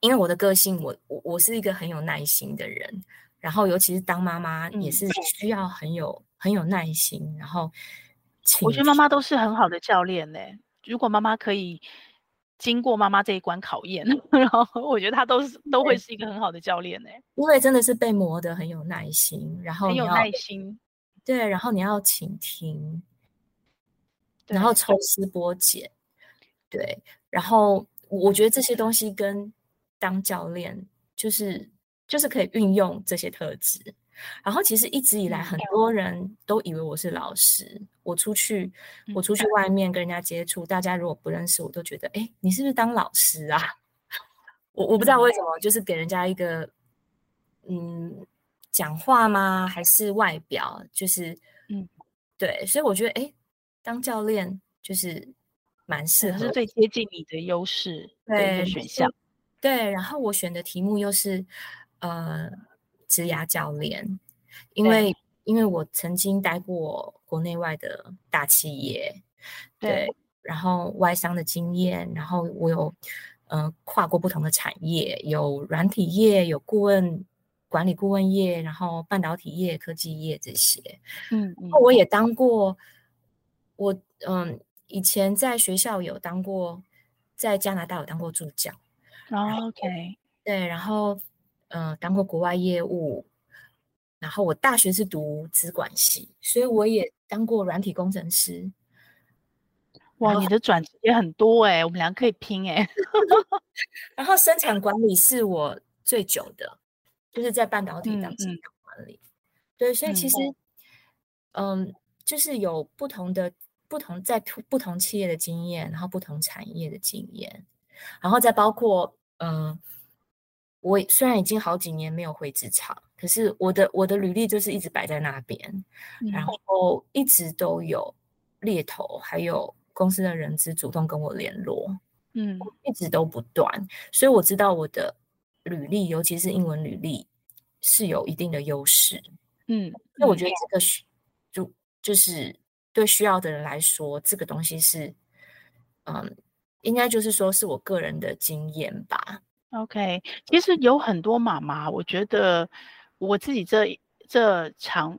A: 因为我的个性，我我我是一个很有耐心的人，然后尤其是当妈妈也
B: 嗯
A: 是需要很有很有耐心，然后情
B: 我觉得妈妈都是很好的教练呢、如果妈妈可以经过妈妈这一关考验， 然后我觉得她都是都会是一个很好的教练呢、
A: 因为真的是被磨得很有耐心，然后
B: 很
A: 你
B: 有
A: 哦要
B: 耐心。
A: 对，然后你要倾听，
B: 对
A: 然后抽丝剥茧，对，然后我觉得这些东西跟当教练就是就是可以运用这些特质。然后其实一直以来，
B: 嗯
A: 很多人都以为我是老师。我出去，我
B: 嗯
A: 出去外面跟人家接触，大家如果不认识我，都觉得，哎，你是不是当老师啊？ 我我不知
B: 嗯
A: 道为什么，就是给人家一个，嗯，讲话吗？还是外表？就是，
B: 嗯，
A: 对，所以我觉得，哎，当教练就是蛮
B: 可
A: 适
B: 能
A: 合
B: 是
A: 我
B: 最接近你的优势的一
A: 对
B: 个选项。。
A: 对，然后我选的题目又是呃，职涯教练，因
B: 对
A: 为因为我曾经待过国内外的大企业，对，然后外商的经验，然后我有呃跨过不同的产业，有软体业，有顾问管理顾问业，然后半导体业、科技业这些。
B: 嗯嗯，
A: 我也当过，我嗯，以前在学校有当过，在加拿大有当过助教，
B: 哦 OK，
A: 对，然后呃，当过国外业务，然后我大学是读资管系，所以我也当过软体工程师。
B: 哇，
A: 然
B: 你的转职也很多哎、我们俩可以拼哎、
A: 然后生产管理是我最久的，就是在半导体
B: 嗯
A: 当生
B: 嗯
A: 产管理。对，所以其
B: 嗯
A: 实，嗯就是有不同的、不同在不同企业的经验，然后不同产业的经验，然后再包括，嗯、我虽然已经好几年没有回职场，可是我的我的履历就是一直摆在那边，然
B: 嗯
A: 后一直都有猎头还有公司的人资主动跟我联络。
B: 嗯
A: 一直都不断，所以我知道我的履历，尤其是英文履历是有一定的优势。
B: 嗯，
A: 那我
B: 嗯
A: 觉得这个需就就是对需要的人来说，这个东西是，嗯，应该就是说是我个人的经验吧。
B: OK，其实有很多妈妈，我觉得我自己这一这长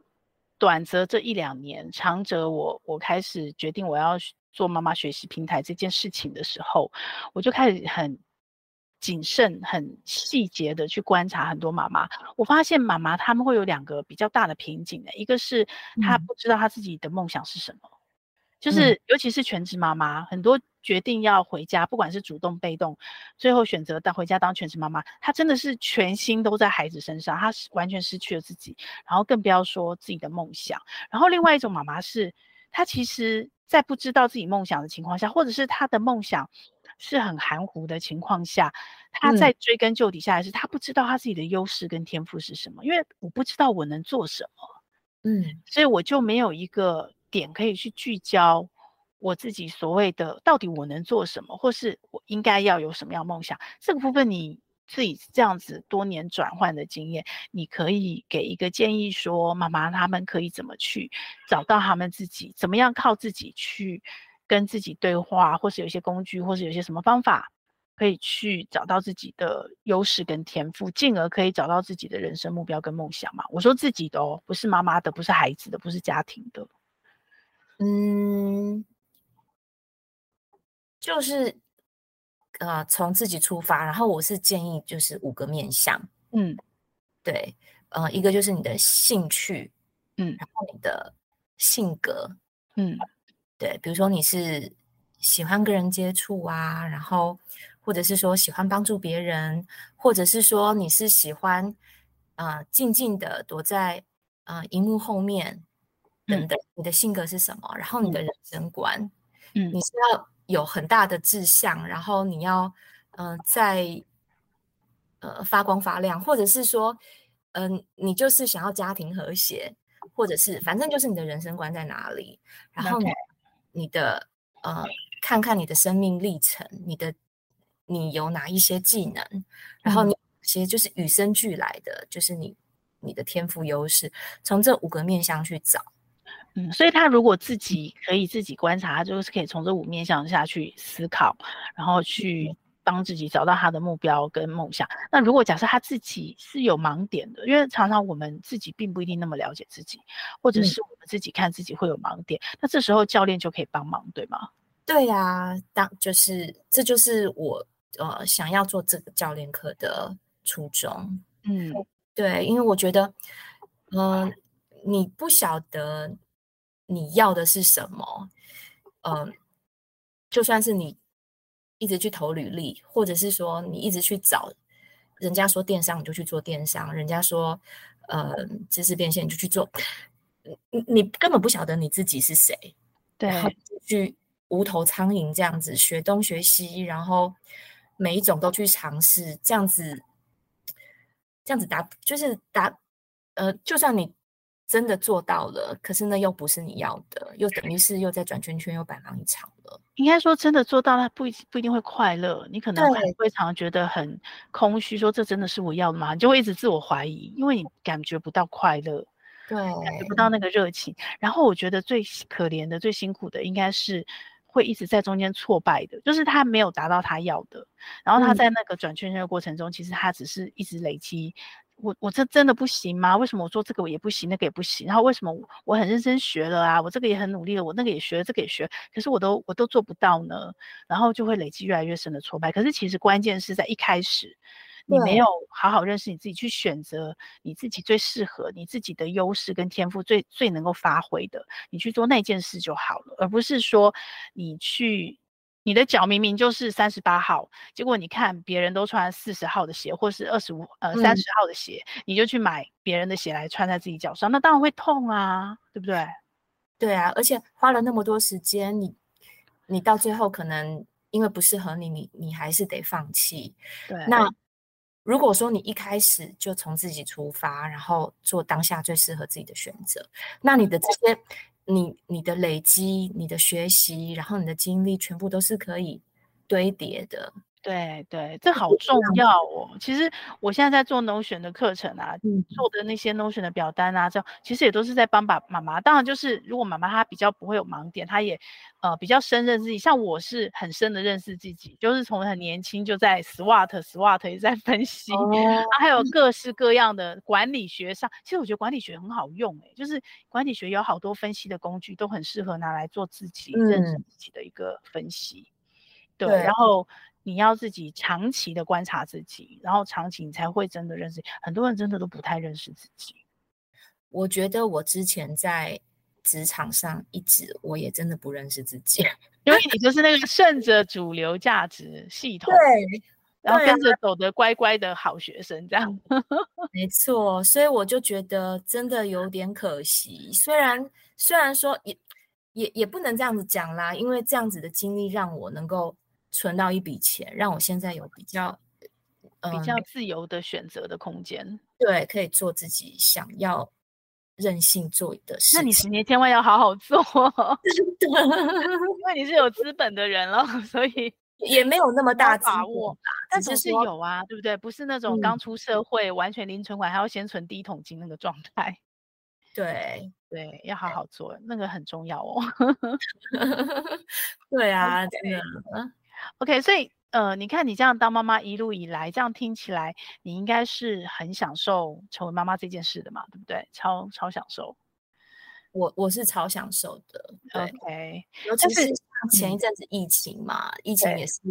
B: 短则这一两年，长则我我开始决定我要学做妈妈学习平台这件事情的时候，我就开始很谨慎、很细节的去观察很多妈妈。我发现妈妈她们会有两个比较大的瓶颈的，一个是她
A: 嗯
B: 不知道她自己的梦想是什么。就
A: 嗯
B: 是尤其是全职妈妈，很多决定要回家，不管是主动被动，最后选择当回家当全职妈妈，她真的是全心都在孩子身上，她是完全失去了自己，然后更不要说自己的梦想。然后另外一种妈妈是，她其实在不知道自己梦想的情况下，或者是她的梦想是很含糊的情况下，她
A: 嗯
B: 在追根究底下来是，她不知道她自己的优势跟天赋是什么，因为我不知道我能做什么。
A: 嗯
B: 所以我就没有一个点可以去聚焦我自己所谓的到底我能做什么，或是我应该要有什么样的梦想。这个部分你自己这样子多年转换的经验，你可以给一个建议说，妈妈他们可以怎么去找到他们自己，怎么样靠自己去跟自己对话，或是有一些工具，或是有一些什么方法。可以去找到自己的优势跟天赋，进而可以找到自己的人生目标跟梦想嘛？我说自己的哦，不是妈妈的，不是孩子的，不是家庭的。
A: 嗯，就是呃，从自己出发，然后我是建议就是五个面向，
B: 嗯
A: 对，呃，一个就是你的兴趣，
B: 嗯
A: 然后你的性格，
B: 嗯
A: 对，比如说你是喜欢跟人接触啊，然后或者是说喜欢帮助别人，或者是说你是喜欢啊、呃静静的躲在呃荧幕后面等等，你的性格是什么，然后你的人生观，
B: 嗯
A: 你是要有很大的志向，然后你要呃在呃发光发亮，或者是说，嗯、你就是想要家庭和谐，或者是反正就是你的人生观在哪里，然后你
B: OK
A: 你的呃看看你的生命历程，你的你有哪一些技能，然后
B: 嗯
A: 你其实就是与生俱来的，就是你你的天赋优势，从这五个面向去找。
B: 嗯，所以他如果自己可以自己观察，他就是可以从这五面向下去思考，然后去帮自己找到他的目标跟梦想。那如果假设他自己是有盲点的，因为常常我们自己并不一定那么了解自己，或者
A: 嗯
B: 是我们自己看自己会有盲点，那这时候教练就可以帮忙，对吗？
A: 对呀、当就是这就是我呃想要做这个教练课的初衷。
B: 嗯
A: 对，因为我觉得，嗯、你不晓得你要的是什么，嗯、就算是你一直去投履历，或者是说你一直去找，人家说电商你就去做电商，人家说呃知识变现你就去做，你你根本不晓得你自己是谁，
B: 对
A: 然后就去无头苍蝇这样子学东学西，然后每一种都去尝试，这样子，这样子达就是达，呃，就算你真的做到了，可是那又不是你要的，又等于是又在转圈圈，又白忙一场了。
B: 应该说，真的做到，他不一不一定会快乐，你可能还
A: 对
B: 会常常觉得很空虚，说这真的是我要的吗？你就会一直自我怀疑，因为你感觉不到快乐，
A: 对，
B: 感觉不到那个热情。然后我觉得最辛可怜的、最辛苦的，应该是会一直在中间挫败的，就是他没有达到他要的。然后他
A: 嗯
B: 在那个转圈圈的过程中，其实他只是一直累积。我我这真的不行吗？为什么我做这个也不行，那个也不行？然后为什么我我很认真学了啊，我这个也很努力了，我那个也学了，这个也学，可是我都我都做不到呢？然后就会累积越来越深的挫败。可是其实关键是在一开始，你没
A: 对
B: 有好好认识你自己，去选择你自己最适合、你自己的优势跟天赋最最能够发挥的，你去做那件事就好了，而不是说你去。你的脚明明就是三十八号，结果你看别人都穿四十号的鞋，或是二十五呃三
A: 嗯
B: 十号的鞋，你就去买别人的鞋来穿在自己脚上，那当然会痛啊，对不对？
A: 对啊，而且花了那么多时间，你你到最后可能因为不适合你，你你还是得放弃。
B: 对，
A: 那如果说你一开始就从自己出发，然后做当下最适合自己的选择，那你的这些，你你的累积、你的学习，然后你的经历，全部都是可以堆叠的。
B: 对对，这好
A: 不一
B: 重
A: 样
B: 要哦。其实我现在在做 Notion 的课程啊，
A: 嗯，
B: 做的那些 Notion 的表单啊，这样其实也都是在帮爸妈妈。当然，就是如果妈妈她比较不会有盲点，她也呃比较深认识自己。像我是很深的认识自己，就是从很年轻就在 SWOT SWOT 也在分析，
A: 哦，
B: 啊，还有各式各样的管理学上，其实我觉得管理学很好用诶、就是管理学有好多分析的工具，都很适合拿来做自己认识
A: 嗯
B: 自己的一个分析。对，
A: 对
B: 然后你要自己长期的观察自己，然后长期你才会真的认识。很多人真的都不太认识自己。
A: 我觉得我之前在职场上一直我也真的不认识自己。
B: 因为你就是那个顺着主流价值系统，
A: 对，
B: 然后
A: 对啊
B: 跟着走的乖乖的好学生这样。
A: 没错，所以我就觉得真的有点可惜。虽然虽然说也也也不能这样子讲啦，因为这样子的经历让我能够存到一笔钱，让我现在有比较
B: 比
A: 嗯，
B: 较自由的选择的空间，
A: 对，可以做自己想要任性做的事
B: 那你
A: 情。
B: 十年千万要好好做。哦
A: 的
B: 因为你是有资本的人了， 所以
A: 也没有那么
B: 你要
A: 大资
B: 把
A: 本
B: 握
A: 吧，
B: 但
A: 只
B: 总
A: 是
B: 是
A: 说
B: 有啊，对不对？不是那种
A: 嗯
B: 刚出社会、完全零存款，还要先存第一桶金那个状态。
A: 对，
B: 对，要好好做，那个很重要哦。
A: 对啊，真
B: OK
A: 的，
B: OK，所以呃，你看你这样当妈妈一路以来，这样听起来，你应该是很享受成为妈妈这件事的嘛，对不对？超超享受。
A: 我我是超享受的，对。
B: OK，
A: 尤其
B: 但
A: 是
B: 是
A: 像前一
B: 嗯
A: 阵子疫情嘛，疫情
B: 对
A: 也是，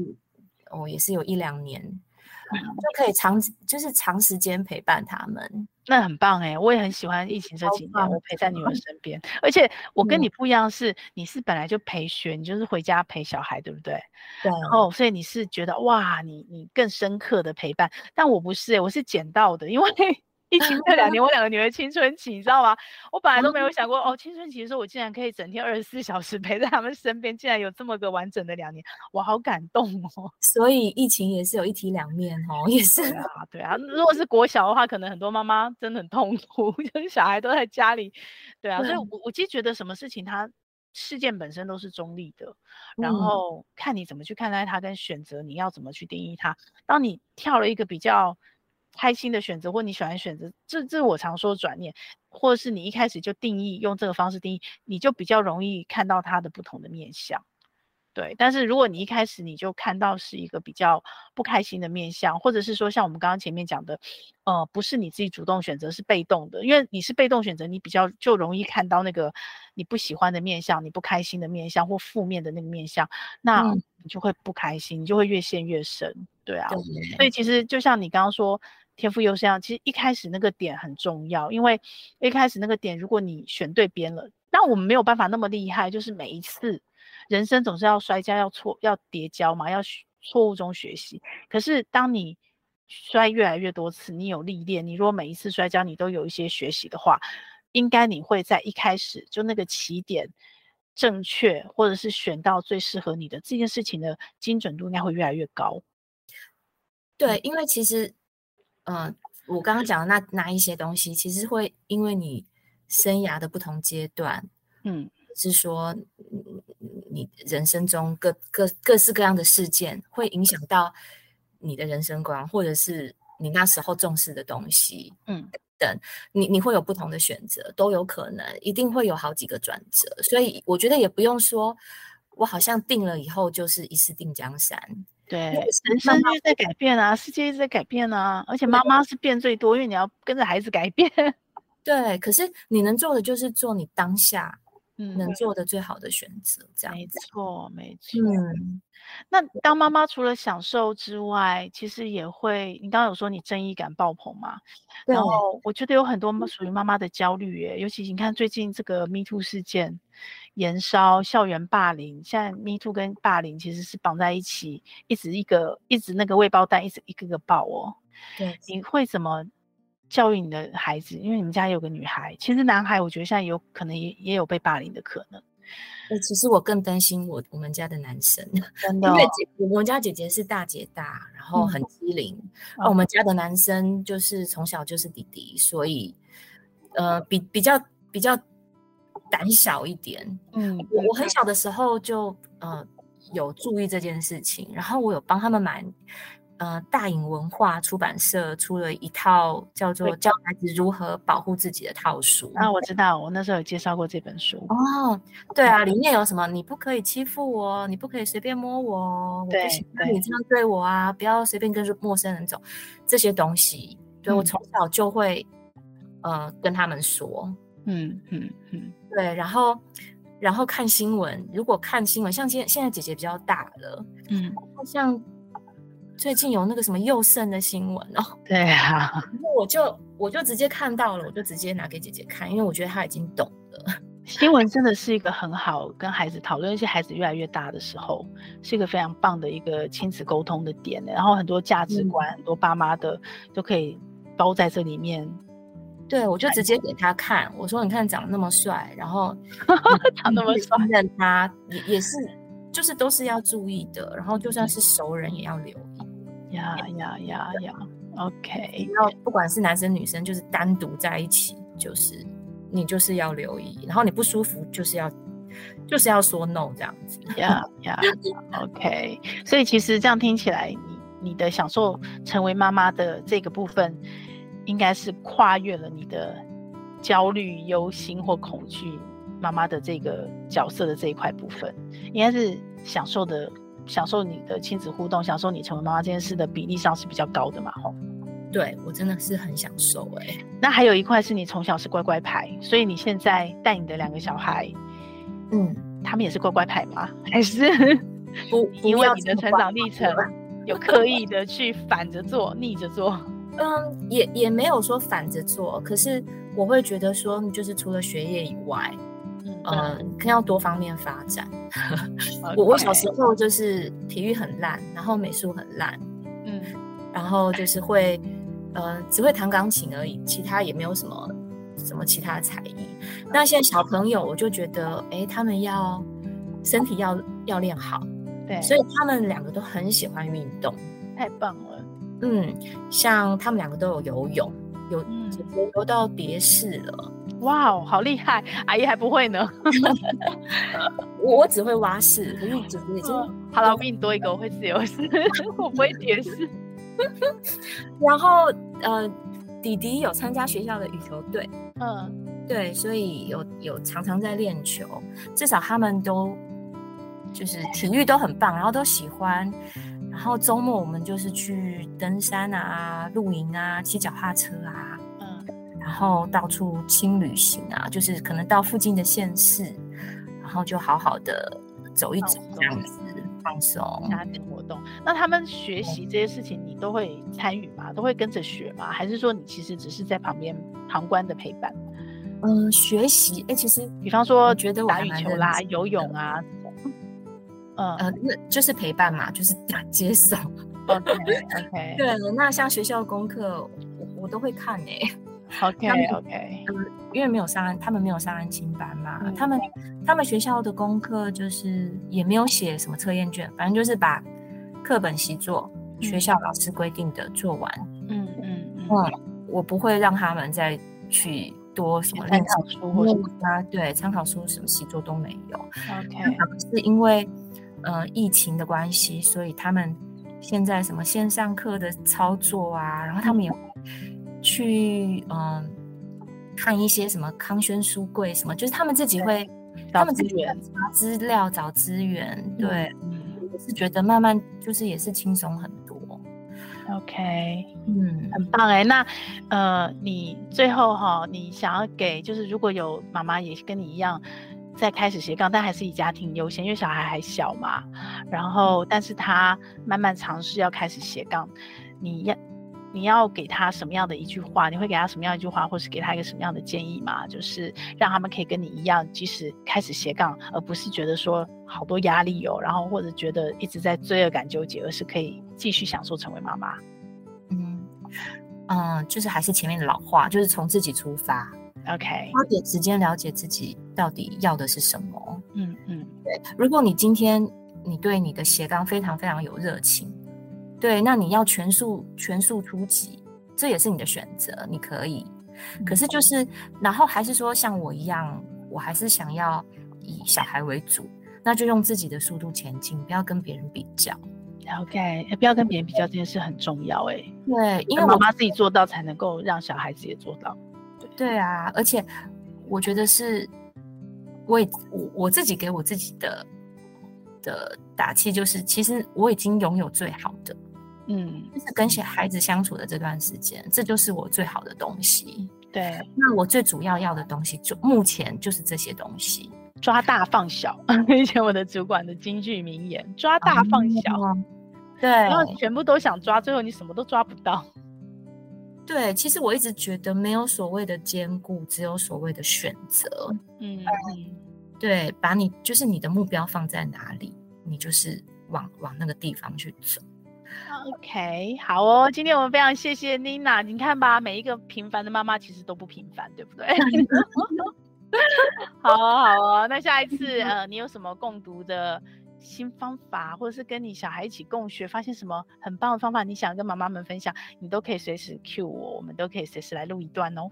A: 哦，也是有一两年，
B: 嗯
A: 就可以长就是长时间陪伴他们。
B: 那很棒哎、我也很喜欢疫情这
A: 超
B: 几年，
A: 棒
B: 我陪在女儿身边，而且我跟
A: 嗯
B: 你不一样是，你是本来就陪学，你就是回家陪小孩，对不对？
A: 对，
B: 然后哦所以你是觉得哇，你你更深刻的陪伴，但我不是、欸，我是捡到的，因为 疫情这两年，我两个女儿青春期，你知道吗？我本来都没有想过，哦，青春期的时候，我竟然可以整天二十四小 时陪在他们身边，竟然有这么个完整的两年，我好感动哦。
A: 所以疫情也是有一体两面哦， 也是
B: 对啊，对啊。如果是国小的话，可能很多妈妈真的很痛苦， 就是小孩都在家里，对啊。所以
A: 对
B: 我，我其实觉得什么事情它事件本身都是中立的，然
A: 嗯
B: 后看你怎么去看待它，跟选择你要怎么去定义它。当你跳了一个比较开心的选择，或你喜欢的选择，这这我常说转念，或者是你一开始就定义用这个方式定义，你就比较容易看到它的不同的面相。对，但是如果你一开始你就看到是一个比较不开心的面相，或者是说像我们刚刚前面讲的，呃，不是你自己主动选择，是被动的，因为你是被动选择，你比较就容易看到那个你不喜欢的面相、你不开心的面相或负面的那个面相，那
A: 嗯
B: 你就会不开心，你就会越陷越深。对啊，
A: 对
B: 所以其实就像你刚刚说，天赋优势样，其实一开始那个点很重要，因为一开始那个点，如果你选对边了，那我们没有办法那么厉害，就是每一次人生总是要摔跤，要错，要叠跤嘛，要学错误中学习。可是当你摔越来越多次，你有历练，你如果每一次摔跤你都有一些学习的话，应该你会在一开始就那个起点。正确，或者是选到最适合你的这件事情的精准度应该会越来越高。
A: 对，因为其实，嗯，我刚刚讲的那那一些东西，其实会因为你生涯的不同阶段，
B: 嗯，
A: 是说嗯你人生中各各各式各样的事件，会影响到你的人生观，或者是你那时候重视的东西。
B: 嗯，
A: 你你会有不同的选择，都有可能，一定会有好几个转折。所以我觉得也不用说，我好像定了以后就是一次定江山。
B: 对，
A: 也是
B: 人生
A: 慢
B: 一直在改变啊，世界一直在改变啊，而且妈妈是变最多，因为你要跟着孩子改变。
A: 对，可是你能做的就是做你当下
B: 嗯，
A: 能做的最好的选择，这样
B: 没
A: 子。
B: 错，没错。
A: 嗯，
B: 那当妈妈除了享受之外，其实也会，你刚刚有说你正义感爆棚嘛？
A: 对
B: 然，后我觉得有很多妈属于妈妈的焦虑耶，尤其你看最近这个 Me Too 事件延烧校园霸凌，现在 Me Too 跟霸凌其实是绑在一起，一直一个一直那个未爆弹一直一个个爆哦。
A: 对，
B: 你会怎么教育你的孩子？因为你们家有个女孩，其实男孩我觉得现在有可能也也有被霸凌的可能，
A: 呃其实我更担心我我们家的男生，
B: 真的
A: 因
B: 哦、嗯
A: 为姐我们家姐姐是大姐大，然后很机灵，那、
B: 哦
A: 我们家的男生就是从小就是弟弟，所以呃比比较比较胆小一点，
B: 嗯，
A: 我我很小的时候就呃有注意这件事情，然后我有帮他们买，呃，大颖文化出版社出了一套叫做
B: 对
A: 《教孩子如何保护自己》的套书。
B: 啊，我知道，我 那时候有介绍过这本书，
A: 哦，对啊，里面有什么？你不可以欺负我，你不可以随便摸我哦，我
B: 对
A: 不喜
B: 对
A: 欢你这样对我啊，不要随便跟陌生人走，这些东西，对我
B: 嗯
A: 从小就会呃跟他们说。
B: 嗯嗯嗯，
A: 对，然后然后看新闻，如果看新闻，像现现在姐姐比较大了，
B: 嗯，
A: 像最近有那个什么幼胜的新闻哦，
B: 对啊，
A: 然 后我就我就直接看到了，我就直接拿给姐姐看，因为我觉得她已经懂了。
B: 新闻真的是一个很好跟孩子讨论，而且孩子越来越大的时候，是一个非常棒的一个亲子沟通的点。然后很多价值
A: 嗯
B: 观，很多爸妈的都可以包在这里 面，
A: 对，我就直接给她看，我说你看长得那么帅，然后
B: 长那么帅，
A: 信任他也也是就是都是要注意的，然后就算是熟人也要留意。
B: 呀呀呀呀，OK，
A: 然后不管是男生女生，就是单独在一起，就是你就是要留意，然后你不舒服就是要就是要说 no 这样子。
B: 呀呀，OK。所以其实这样听起来，你你的享受成为妈妈的这个部分，应该是跨越了你的焦虑、忧心或恐惧妈妈的这个角色的这一块部分，应该是享受的。享受你的亲子互动，享受你成为妈妈这件事的比例上是比较高的嘛？吼，
A: 对我真的是很享受哎、
B: 那还有一块是你从小是乖乖牌，所以你现在带你的两个小孩，
A: 嗯，
B: 他们也是乖乖牌吗？还是
A: 不
B: 因
A: 不
B: 为
A: 要
B: 你
A: 这
B: 的
A: 么
B: 成
A: 管
B: 长历程
A: 了
B: 有刻意的去反着做、逆着做。
A: 嗯，也也没有说反着做，可是我会觉得说，就是除了学业以外，
B: 嗯，
A: 嗯，更要多方面发展。我我小时
B: 候，
A: 候就是体育很烂，然后美术很烂，
B: 嗯
A: 然后就是会呃，只会弹钢琴而已，其他也没有什么什么其他才艺。那现在小朋友，我就觉得，哎，他们要身体要要练好，
B: 对，
A: 所以他们两个都很喜欢运动。
B: 太棒了，
A: 嗯，像他们两个都有游泳，有
B: 嗯
A: 姐姐游到别式了，
B: 哇哦，好厉害，阿姨还不会呢。
A: 我我只会蛙式，可是姐姐已经
B: 嗯好了，我比你多一个，我会自由 式，我不会蝶式。
A: 然后呃，弟弟有参加学校的羽球队，
B: 嗯，
A: 对，所以有有常常在练球，至少他们都就是体育都很棒，然后都喜欢。然后周末我们就是去登山啊、露营啊、骑脚踏车啊，
B: 嗯，
A: 然后到处轻旅行啊，就是可能到附近的县市，然后就好好的走一走
B: 放松
A: 这样子放松。
B: 家庭活动。那他们学习这些事情，你都会参与吗？都会跟着学吗？还是说你其实只是在旁边旁观的陪伴？
A: 嗯，学习哎、诶其实
B: 比方说
A: 我觉得我
B: 打
A: 还
B: 羽
A: 蛮
B: 球
A: 认
B: 啦、
A: 真
B: 游
A: 的
B: 泳啊这种。嗯
A: 呃，那就是陪伴嘛，就是打 接手。
B: ，OK OK
A: 对，那像学校功课，我我都会看诶、他
B: OK
A: 们
B: OK，
A: 因为没有上安，他们没有上安亲班嘛，
B: 嗯
A: 他们他们学校的功课就是也没有写什么测验卷，反正就是把课本习作，学
B: 嗯
A: 校老师规定的做完。
B: 嗯嗯嗯，
A: 嗯，我不会让他们再去多什么
B: 去
A: 练
B: 参
A: 习
B: 考书或什么
A: 啊，对，参考书什么习作都没有。
B: OK，
A: 反而是因为呃疫情的关系，所以他们现在什么线上课的操作啊，然后他们也会去嗯、呃看一些什么康轩书柜什么，就是他们自己会，他
B: 找
A: 们自
B: 资
A: 己
B: 源
A: 会查资料、找资源。对，
B: 嗯
A: 我是觉得慢慢就是也是轻松很多。
B: ，OK，
A: 嗯，
B: 很棒哎、那呃，你最后哈、你想要给就是如果有妈妈也跟你一样在开始斜杠，但还是以家庭优先，因为小孩还小嘛，然后但是他慢慢尝试要开始斜杠，你要你要给他什么样的一句话？你会给他什么样一句话，或是给他一个什么样的建议吗？就是让他们可以跟你一样，即使开始斜杠，而不是觉得说好多压力哦，然后或者觉得一直在罪恶感纠结，而是可以继续享受成为妈妈。
A: 嗯。嗯，就是还是前面的老话，就是从自己出发，
B: OK，
A: 花点时间了解自己到底要的是什么，
B: 嗯嗯。
A: 如果你今天你对你的斜杠非常非常有热情，对，那你要全速全速出击，这也是你的选择，你可以。可是
B: 嗯
A: 就是，然后还是说像我一样，我还是想要以小孩为主，那就用自己的速度前进，不要跟别人比较。
B: OK，呃不要跟别人比较这件事很重要哎、欸，
A: 对，因为
B: 跟妈
A: 我
B: 妈自己做到，才能够让小孩子也做到。
A: 对啊，而且我觉得是，我也我我自己给我自己的的打气就是，其实我已经拥有最好的。
B: 嗯，
A: 就是跟小孩子相处的这段时间，这就是我最好的东西。
B: 对，
A: 那我最主要要的东西，就目前就是这些东西。
B: 抓大放小， 以前我的主管的京剧名言：抓大放小，
A: 嗯，
B: 然后
A: 对
B: 全部都想抓，最后你什么都抓不到。
A: 对，其实我一直觉得没有所谓的兼顾，只有所谓的选择。
B: 嗯嗯
A: 对，把你就是你的目标放在哪里，你就是往往那个地方去 走。
B: ，OK，好哦，今天我们非常谢谢妮娜，你看吧，每一个平凡的妈妈其实都不平凡，对不对？好哦，好哦，那下一次呃，你有什么共读的新方法，或者是跟你小孩一起共学，发现什么很棒的方法，你想跟妈妈们分享，你都可以随时 cue 我，我们都可以随时来录一段哦。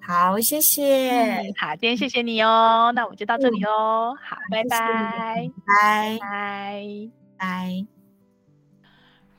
A: 好，谢谢，
B: 嗯好，今天谢谢你哦，那我们就到这里哦，好，拜
A: 谢谢
B: 拜，
A: 拜
B: 拜。
A: 拜。